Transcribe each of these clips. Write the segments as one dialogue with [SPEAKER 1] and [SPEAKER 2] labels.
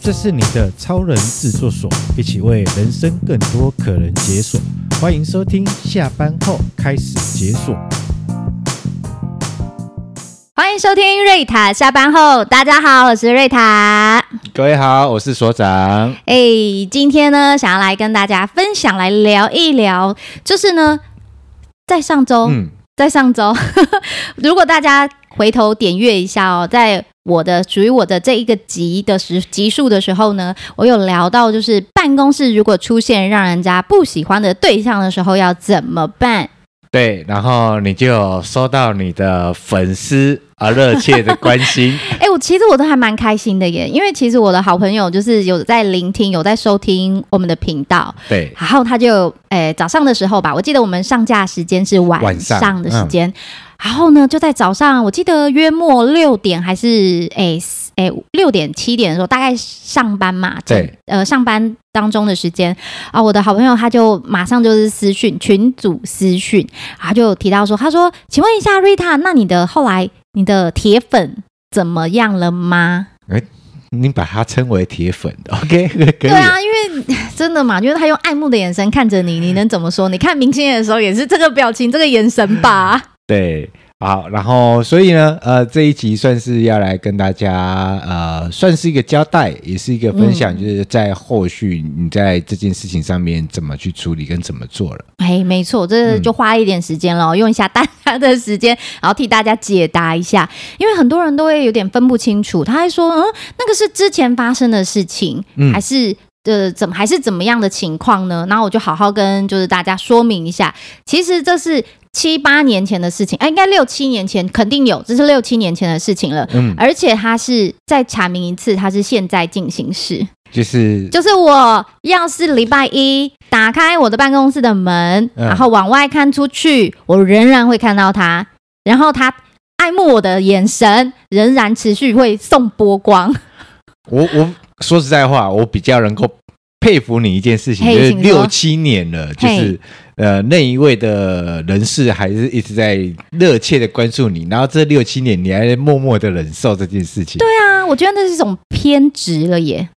[SPEAKER 1] 这是你的超人制作所，一起为人生更多可能解锁。欢迎收听，下班后开始解锁。
[SPEAKER 2] 欢迎收听瑞塔下班后，大家好，我是瑞塔。
[SPEAKER 3] 各位好，我是所长。
[SPEAKER 2] 哎，今天呢，想要来跟大家分享，来聊一聊，就是呢，在上周，
[SPEAKER 3] 嗯，
[SPEAKER 2] 在上周， 如果大家回头点阅一下哦，在我的属于我的这一个集的时集数的时候呢，我有聊到，就是办公室如果出现让人家不喜欢的对象的时候，要怎么办？
[SPEAKER 3] 对，然后你就有收到你的粉丝啊热切的关 心，
[SPEAKER 2] 哎、我其实我都还蛮开心的耶，因为其实我的好朋友就是有在聆听，有在收听我们的频道，
[SPEAKER 3] 对，
[SPEAKER 2] 然后他就诶、早上的时候吧，我记得我们上架时间是晚
[SPEAKER 3] 晚上
[SPEAKER 2] 上的时间，
[SPEAKER 3] 嗯
[SPEAKER 2] 然后呢就在早上，我记得约莫六点还是诶诶六点七点的时候，大概上班嘛，
[SPEAKER 3] 对
[SPEAKER 2] 整，呃上班当中的时间啊，我的好朋友他就马上就是私讯群组私讯，他就有提到说，他说，请问一下瑞塔，那你的后来你的铁粉怎么样了吗？
[SPEAKER 3] 你把它称为铁粉，OK，可以。
[SPEAKER 2] 对啊，因为真的嘛，因为他用爱慕的眼神看着你，你能怎么说？你看明星的时候也是这个表情、这个眼神吧？
[SPEAKER 3] 对，好，然后所以呢，呃，这一集算是要来跟大家，呃，算是一个交代，也是一个分享，
[SPEAKER 2] 嗯
[SPEAKER 3] 就是在后续你在这件事情上面怎么去处理跟怎么做了。
[SPEAKER 2] 哎，没错，这
[SPEAKER 3] 嗯
[SPEAKER 2] 就花一点时间了，用一下大家的时间，然后替大家解答一下，因为很多人都会有点分不清楚，他还说，嗯，那个是之前发生的事情，
[SPEAKER 3] 嗯
[SPEAKER 2] 还是呃怎么还是怎么样的情况呢？然后我就好好跟就是大家说明一下，其实这是七八年前的事情，哎，应该六七年前肯定有，这是六七年前的事情了。
[SPEAKER 3] 嗯，
[SPEAKER 2] 而且它是再阐明一次，它是现在进行式，
[SPEAKER 3] 就是
[SPEAKER 2] 就是我要是礼拜一打开我的办公室的门，
[SPEAKER 3] 嗯
[SPEAKER 2] 然后往外看出去，我仍然会看到它，然后它爱慕我的眼神仍然持续会送波光。
[SPEAKER 3] 我我说实在话，我比较能够佩服你一件事情，
[SPEAKER 2] 嘿
[SPEAKER 3] 就是
[SPEAKER 2] 请说
[SPEAKER 3] 六七年了，就
[SPEAKER 2] 嘿
[SPEAKER 3] 是呃那一位的人士还是一直在热切的关注你，然后这六七年你还默默的忍受这件事情，对
[SPEAKER 2] 对啊，我觉得那是一种偏执了耶。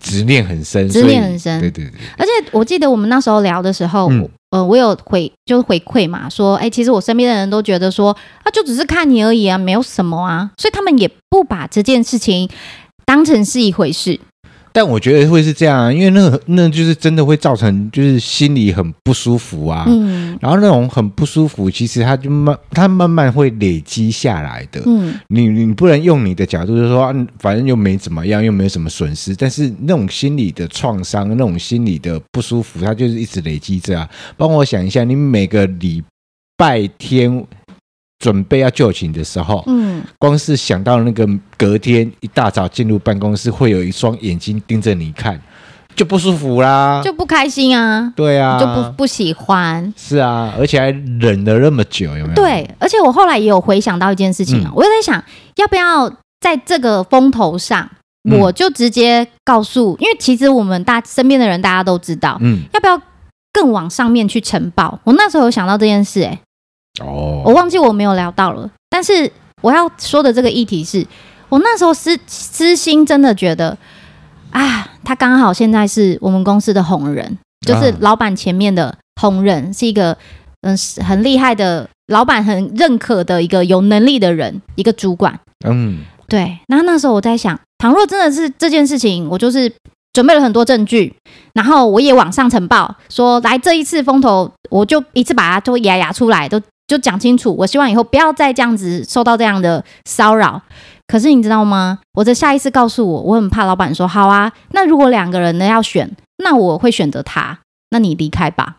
[SPEAKER 3] 执念很深，
[SPEAKER 2] 执
[SPEAKER 3] 所以
[SPEAKER 2] 念很深
[SPEAKER 3] 对对对，
[SPEAKER 2] 而且我记得我们那时候聊的时候，
[SPEAKER 3] 嗯
[SPEAKER 2] 呃，我有回就是回馈嘛，说，哎、其实我身边的人都觉得说，啊，就只是看你而已啊，没有什么啊，所以他们也不把这件事情当成是一回事。
[SPEAKER 3] 但我觉得会是这样啊，因为那个那就是真的会造成就是心里很不舒服啊，
[SPEAKER 2] 嗯
[SPEAKER 3] 然后那种很不舒服，其实它就慢它慢慢会累积下来的，
[SPEAKER 2] 嗯，
[SPEAKER 3] 你你不能用你的角度就说，啊、反正又没怎么样，又没有什么损失。但是那种心理的创伤，那种心理的不舒服，它就是一直累积着啊。帮我想一下，你每个礼拜天准备要就寝的时候，
[SPEAKER 2] 嗯，
[SPEAKER 3] 光是想到那个隔天一大早进入办公室，会有一双眼睛盯着你看，就不舒服啦。
[SPEAKER 2] 就不开心啊，
[SPEAKER 3] 对啊，
[SPEAKER 2] 就不不喜欢。
[SPEAKER 3] 是啊，而且还忍了那么久，有没有？，
[SPEAKER 2] 对，而且我后来也有回想到一件事情啊，
[SPEAKER 3] 嗯
[SPEAKER 2] 我有在想，要不要在这个风头上，
[SPEAKER 3] 嗯
[SPEAKER 2] 我就直接告诉，因为其实我们大身边的人大家都知道，
[SPEAKER 3] 嗯，
[SPEAKER 2] 要不要更往上面去呈报？我那时候有想到这件事、欸，
[SPEAKER 3] 哦，
[SPEAKER 2] 我忘记我没有聊到了。但是我要说的这个议题是，我那时候私私心真的觉得，啊，他刚好现在是我们公司的红人，就是
[SPEAKER 3] 啊
[SPEAKER 2] 老板前面的红人，是一个嗯是很厉害的，老板很认可的一个有能力的人，一个主管。
[SPEAKER 3] 嗯，
[SPEAKER 2] 对，那那时候我在想，倘若真的是这件事情，我就是准备了很多证据，然后我也往上呈报，说来这一次风头，我就一次把它都牙牙出来，都就讲清楚。我希望以后不要再这样子受到这样的骚扰。可是你知道吗？我的下一次告诉我，我很怕老板说好啊。那如果两个人呢要选，那我会选择他。那你离开吧。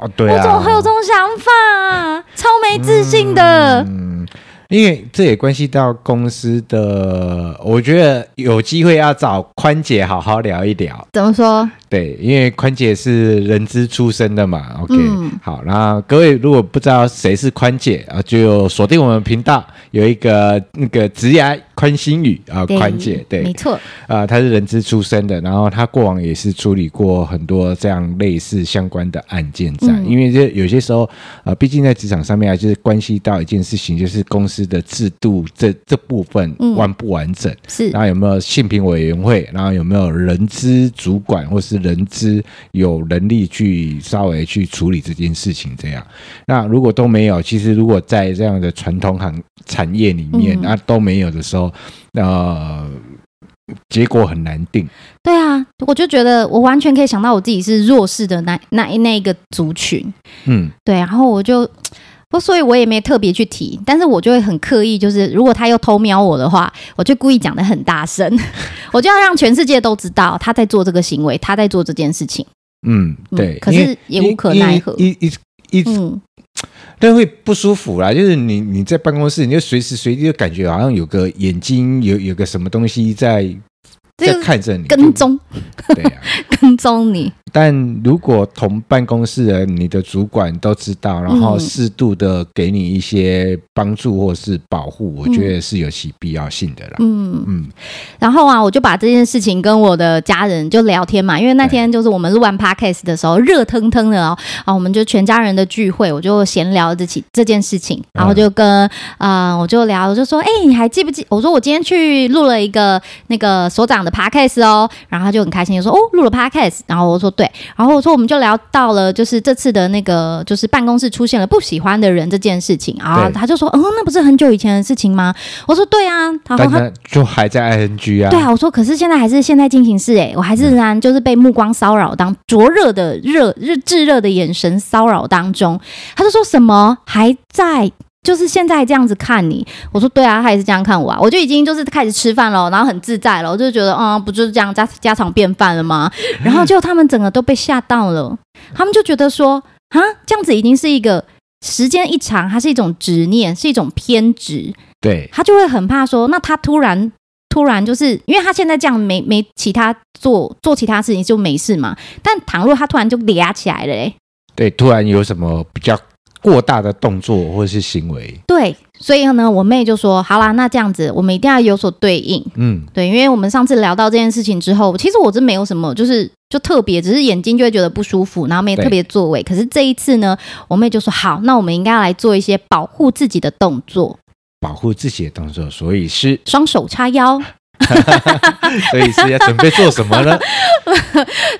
[SPEAKER 3] 哦，对啊，
[SPEAKER 2] 我怎么会有这种想法、啊？超没自信的。
[SPEAKER 3] 嗯，因为这也关系到公司的，我觉得有机会要找宽姐好好聊一聊。
[SPEAKER 2] 怎么说？
[SPEAKER 3] 对，因为宽姐是人资出身的嘛。OK，、
[SPEAKER 2] 嗯
[SPEAKER 3] 好，那各位如果不知道谁是宽姐啊，就锁定我们频道有一个那个职涯宽心宇啊，
[SPEAKER 2] 对
[SPEAKER 3] 宽姐，对
[SPEAKER 2] 没，错，
[SPEAKER 3] 啊，他是人资出身的，然后他过往也是处理过很多这样类似相关的案件在，
[SPEAKER 2] 嗯
[SPEAKER 3] 因为这有些时候，呃，毕竟在职场上面啊，就是关系到一件事情，就是公司的制度这这部分
[SPEAKER 2] 嗯
[SPEAKER 3] 完不完整，
[SPEAKER 2] 是
[SPEAKER 3] 然后有没有性评委员会，然后有没有人资主管或是人资有能力去稍微去处理这件事情这样。那如果都没有，其实如果在这样的传统行产业里面，
[SPEAKER 2] 嗯
[SPEAKER 3] 那、都没有的时候，呃，结果很难定。
[SPEAKER 2] 对啊，我就觉得我完全可以想到我自己是弱势的那那那一个族群，
[SPEAKER 3] 嗯，
[SPEAKER 2] 对，然后我就。不，所以我也没特别去提，但是我就会很刻意，就是如果他又偷瞄我的话，我就故意讲的很大声， 我就要让全世界都知道他在做这个行为，他在做这件事情。
[SPEAKER 3] 嗯，
[SPEAKER 2] 嗯
[SPEAKER 3] 对，
[SPEAKER 2] 可是
[SPEAKER 3] 因为
[SPEAKER 2] 也无可
[SPEAKER 3] 因为
[SPEAKER 2] 奈何
[SPEAKER 3] 一一一直
[SPEAKER 2] 嗯，
[SPEAKER 3] 但会不舒服啦，就是你你在办公室，你就随时随地就感觉好像有个眼睛有有个什么东西在
[SPEAKER 2] 这
[SPEAKER 3] 在
[SPEAKER 2] 个
[SPEAKER 3] 看着你，
[SPEAKER 2] 跟踪
[SPEAKER 3] 对啊呀、
[SPEAKER 2] 跟踪你，
[SPEAKER 3] 但如果同办公室的你的主管都知道，然后
[SPEAKER 2] 嗯
[SPEAKER 3] 适度的给你一些帮助或是保护，我觉得是有其必要性的啦。
[SPEAKER 2] 嗯，
[SPEAKER 3] 嗯
[SPEAKER 2] 然后啊，我就把这件事情跟我的家人就聊天嘛，因为那天就是我们录完 podcast 的时候，热腾腾的哦，啊，我们就全家人的聚会，我就闲聊这起这件事情，然后就跟呃，我就聊，我就说，哎、你还记不记？我说我今天去录了一个那个所长的 podcast 哦，然后他就很开心，就说哦，录了 podcast，然后我说对，然后我说我们就聊到了就是这次的那个就是办公室出现了不喜欢的人这件事情啊，
[SPEAKER 3] 对
[SPEAKER 2] 他就说，哦，那不是很久以前的事情吗？我说对啊，然后
[SPEAKER 3] 但
[SPEAKER 2] 他
[SPEAKER 3] 他就还在 ING 啊，
[SPEAKER 2] 对啊，我说可是现在还是现在进行式哎，我还是仍然就是被目光骚扰当灼热的热热炙热的眼神骚扰当中。他就说什么还在。就是现在这样子看你，我说对啊，他也是这样看我啊，我就已经就是开始吃饭了，然后很自在了，我就觉得，嗯，不就是这样家家常便饭 了吗？然后就他们整个都被吓到了，他们就觉得说，啊，这样子已经是一个时间一长，它是一种执念，是一种偏执，
[SPEAKER 3] 对
[SPEAKER 2] 他就会很怕说，那他突然突然就是因为他现在这样没没其他做做其他事情就没事嘛，但倘若他突然就嗲起来了、欸，
[SPEAKER 3] 对，突然有什么比较过大的动作或是行为，
[SPEAKER 2] 对，所以呢，我妹就说，好啦，那这样子我们一定要有所对应。
[SPEAKER 3] 嗯，
[SPEAKER 2] 对，因为我们上次聊到这件事情之后，其实我真没有什么，就是就特别，只是眼睛就会觉得不舒服，然后没
[SPEAKER 3] 对
[SPEAKER 2] 特别作为。可是这一次呢，我妹就说好，那我们应该来做一些保护自己的动作，
[SPEAKER 3] 保护自己的动作，所以是
[SPEAKER 2] 双手叉腰，
[SPEAKER 3] 所以是要准备做什么 呢？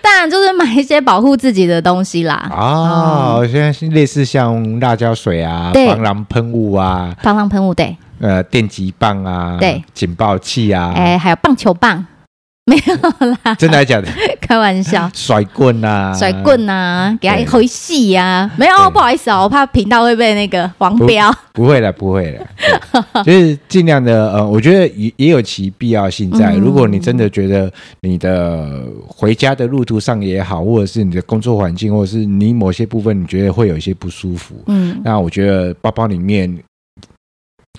[SPEAKER 2] 当然就是买一些保护自己的东西啦。
[SPEAKER 3] 啊、现在是类似像辣椒水啊、
[SPEAKER 2] 哦对
[SPEAKER 3] 防狼喷雾啊、
[SPEAKER 2] 防狼喷雾对，
[SPEAKER 3] 呃电击棒啊、
[SPEAKER 2] 对
[SPEAKER 3] 警报器啊，
[SPEAKER 2] 哎、还有棒球棒，没有啦，
[SPEAKER 3] 真的还假的？
[SPEAKER 2] 开玩笑。
[SPEAKER 3] 甩棍啊，
[SPEAKER 2] 甩棍啊，给他
[SPEAKER 3] 对
[SPEAKER 2] 回戏呀、啊，没有，
[SPEAKER 3] 对
[SPEAKER 2] 不好意思啊，我怕频道会被那个黄标。
[SPEAKER 3] 不会了，不会了，对 就是尽量的呃，我觉得也也有其必要性在。
[SPEAKER 2] 嗯
[SPEAKER 3] 如果你真的觉得你的回家的路途上也好，或者是你的工作环境，或者是你某些部分你觉得会有一些不舒服，
[SPEAKER 2] 嗯，
[SPEAKER 3] 那我觉得包包里面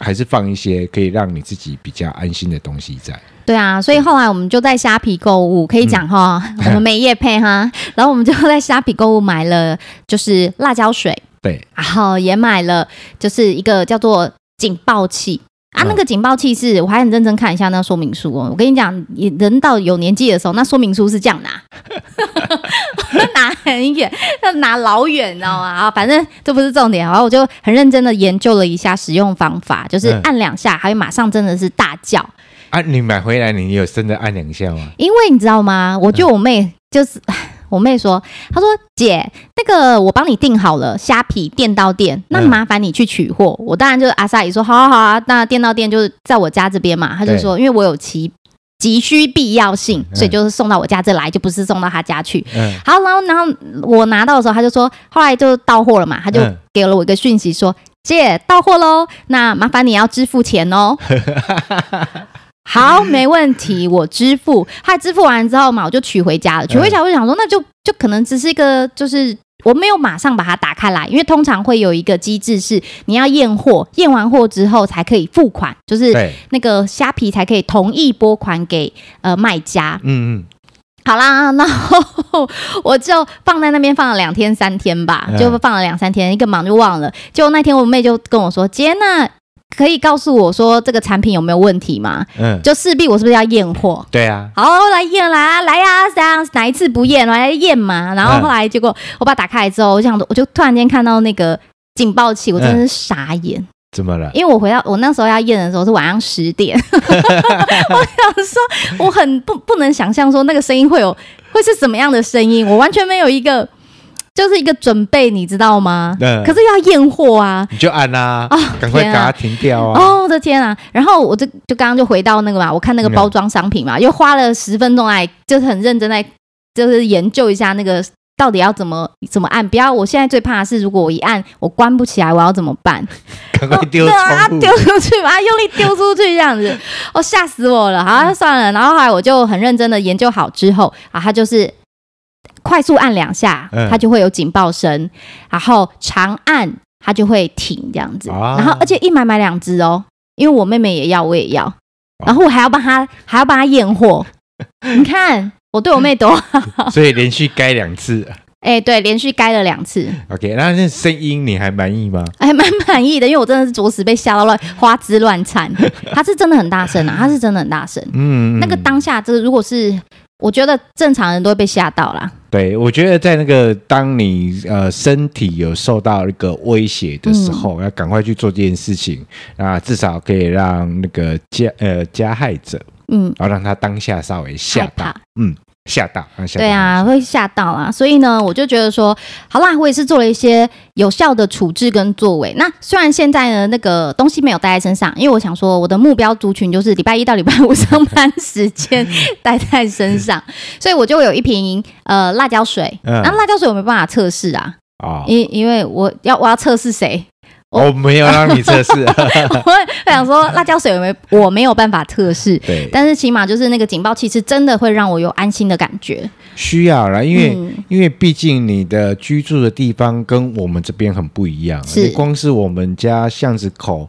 [SPEAKER 3] 还是放一些可以让你自己比较安心的东西在。
[SPEAKER 2] 对啊，所以后来我们就在虾皮购物，可以讲哈，我
[SPEAKER 3] 嗯
[SPEAKER 2] 们没夜配 哈，然后我们就在虾皮购物买了就是辣椒水，
[SPEAKER 3] 对，
[SPEAKER 2] 然后也买了就是一个叫做警报器。啊，
[SPEAKER 3] 嗯
[SPEAKER 2] 那个警报器是我还很认真看一下那说明书哦。我跟你讲，你人到有年纪的时候，那说明书是这样拿，拿很远，要拿老远，你知道吗？啊，反正这不是重点。然后我就很认真的研究了一下使用方法，就是
[SPEAKER 3] 嗯
[SPEAKER 2] 按两下，还有马上真的是大叫。
[SPEAKER 3] 啊，你买回来你有真的按两下吗？
[SPEAKER 2] 因为你知道
[SPEAKER 3] 嗯
[SPEAKER 2] 吗？我就我妹就是。 我妹说：“她说姐，那个我帮你订好了虾皮店到店，那
[SPEAKER 3] 嗯
[SPEAKER 2] 麻烦你去取货。我当然就是阿萨姨说：“好啊好啊，那店到店就是在我家这边嘛。”她就
[SPEAKER 3] 对
[SPEAKER 2] 说：“因为我有其急需必要性，
[SPEAKER 3] 嗯
[SPEAKER 2] 所以就是送到我家这来，就不是送到她家去。”
[SPEAKER 3] 嗯，
[SPEAKER 2] 好，然后然后我拿到的时候，他就说，后来就到货了嘛，他就
[SPEAKER 3] 嗯
[SPEAKER 2] 给了我一个讯息说，姐到货喽，那麻烦你要支付钱哦。 好，没问题，我支付。他支付完之后嘛，我就取回家了。取回家我就想说，那就就可能只是一个，就是我没有马上把它打开来，因为通常会有一个机制是你要验货，验完货之后才可以付款，就是
[SPEAKER 3] 对，
[SPEAKER 2] 那个虾皮才可以同意拨款给呃卖家。
[SPEAKER 3] 嗯嗯，
[SPEAKER 2] 好啦， 然后我就放在那边放了两天三天吧，
[SPEAKER 3] 嗯
[SPEAKER 2] 就放了两三天，一个忙就忘了。结果那天我妹就跟我说：“姐，那可以告诉我说这个产品有没有问题吗？
[SPEAKER 4] 嗯，
[SPEAKER 2] 就势必我是不是要验货？
[SPEAKER 4] 对啊，
[SPEAKER 2] 好，来验啦，来呀、这样哪一次不验，来验嘛。然后后来结果我把它打开来之后，我想说，我就突然间看到那个警报器，我真的是傻眼，
[SPEAKER 4] 怎么了？
[SPEAKER 2] 因为我回到我那时候要验的时候是晚上十点， 我想说我很不不能想象说那个声音会有会是什么样的声音，我完全没有一个就是一个准备，你知道吗？
[SPEAKER 4] 嗯
[SPEAKER 2] 可是要验货啊，
[SPEAKER 4] 你就按啦、
[SPEAKER 2] 啊
[SPEAKER 4] 赶快给
[SPEAKER 2] 天啊
[SPEAKER 4] 它停掉啊！
[SPEAKER 2] 哦，我的天啊！然后我就就刚刚就回到那个嘛，我看那个包装商品嘛，又花了十分钟来，就是很认真来，就是研究一下那个到底要怎么怎么按。不要，我现在最怕的是，如果我一按我关不起来，我要怎么办？
[SPEAKER 4] 赶快丢
[SPEAKER 2] 对啊，
[SPEAKER 4] 窗户
[SPEAKER 2] 丢，出去吧，用力丢出去这样子，哦，吓死我了！好，那算了。然后后来我就很认真的研究好之后，啊，它就是快速按两下
[SPEAKER 4] 嗯，
[SPEAKER 2] 它就会有警报声，然后长按它就会停这样子。
[SPEAKER 4] 啊
[SPEAKER 2] 然后而且一买买两只哦，因为我妹妹也要，我也要，
[SPEAKER 4] 哦
[SPEAKER 2] 然后我还要帮她，还要帮她验 货。你看我对我妹多，
[SPEAKER 4] 所以连续该两次。
[SPEAKER 2] 哎、对，连续该了两次，
[SPEAKER 4] OK，那那声音你还满意吗？
[SPEAKER 2] 还蛮满意的，因为我真的是着实被吓到乱花枝乱颤。它是真的很大声啊，它是真的很大声。
[SPEAKER 4] 嗯，
[SPEAKER 2] 那个当下，这个如果是我觉得正常人都会被吓到啦。
[SPEAKER 4] 对，我觉得在那个当你呃身体有受到一个威胁的时候，
[SPEAKER 2] 嗯
[SPEAKER 4] 要赶快去做这件事情，那至少可以让那个加呃加害者，
[SPEAKER 2] 嗯，
[SPEAKER 4] 然后让他当下稍微吓
[SPEAKER 2] 害
[SPEAKER 4] 到
[SPEAKER 2] 怕，
[SPEAKER 4] 嗯，吓到，让吓到
[SPEAKER 2] 对啊，，会吓到啊。所以呢，我就觉得说，好啦，我也是做了一些有效的处置跟作为。那虽然现在呢，那个东西没有带在身上，因为我想说，我的目标族群就是礼拜一到礼拜五 上班时间
[SPEAKER 4] 嗯
[SPEAKER 2] 带在身上，所以我就有一瓶呃辣椒水。
[SPEAKER 4] 嗯
[SPEAKER 2] 那辣椒水我没办法测试啊，
[SPEAKER 4] 哦，
[SPEAKER 2] 因因为我要我要测试 谁，
[SPEAKER 4] 我没有让你 测试，
[SPEAKER 2] 我我想说辣椒水我没我没有办法测试，
[SPEAKER 4] 对，
[SPEAKER 2] 但是起码就是那个警报器是真的会让我有安心的感觉。
[SPEAKER 4] 需要啦，因为、
[SPEAKER 2] 嗯
[SPEAKER 4] 因为毕竟你的居住的地方跟我们这边很不一样，
[SPEAKER 2] 是
[SPEAKER 4] 你光是我们家巷子口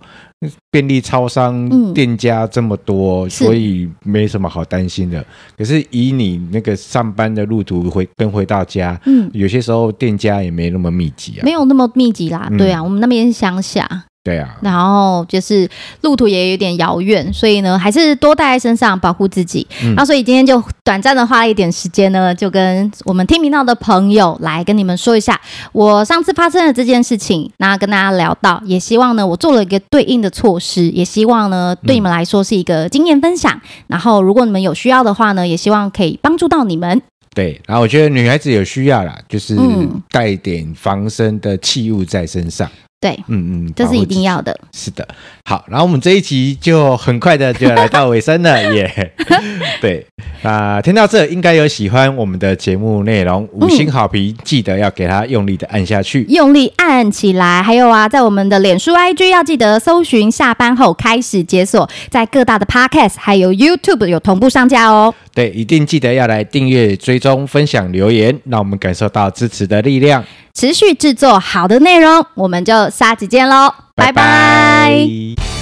[SPEAKER 4] 便利超商、
[SPEAKER 2] 嗯
[SPEAKER 4] 店家这么多，
[SPEAKER 2] 是
[SPEAKER 4] 所以没什么好担心的。可是以你那个上班的路途回跟回到家，
[SPEAKER 2] 嗯，
[SPEAKER 4] 有些时候店家也没那么密集啊
[SPEAKER 2] 没，有那么密集啦。
[SPEAKER 4] 嗯
[SPEAKER 2] 对啊，我们那边是乡下，
[SPEAKER 4] 对啊，
[SPEAKER 2] 然后就是路途也有点遥远，所以呢，还是多带在身上保护自己。
[SPEAKER 4] 嗯
[SPEAKER 2] 那所以今天就短暂的花了一点时间呢，就跟我们听频道的朋友来跟你们说一下我上次发生的这件事情，那跟大家聊到，也希望呢我做了一个对应的措施，也希望呢对你们来说是一个经验分享。然后如果你们有需要的话呢，也希望可以帮助到你们。
[SPEAKER 4] 对。然后我觉得女孩子有需要啦，就是
[SPEAKER 2] 嗯
[SPEAKER 4] 带点防身的器物在身上，
[SPEAKER 2] 对，
[SPEAKER 4] 嗯嗯，
[SPEAKER 2] 这是
[SPEAKER 4] 保护
[SPEAKER 2] 一
[SPEAKER 4] 自
[SPEAKER 2] 定
[SPEAKER 4] 己
[SPEAKER 2] 要的。
[SPEAKER 4] 是的，好，然后我们这一集就很快的就要来到尾声了耶。对，那、听到这应该有喜欢我们的节目内容，五星好评、记得要给它用力的按下去。
[SPEAKER 2] 用力按起来。还有啊，在我们的脸书 IG 要记得搜寻“下班后开始解锁”，在各大的 Podcast 还有 YouTube 有同步上架哦。
[SPEAKER 4] 对，一定记得要来订阅、追踪、分享、留言，让我们感受到支持的力量。
[SPEAKER 2] 持续制作好的内容，我们就下集见喽，拜拜
[SPEAKER 4] 拜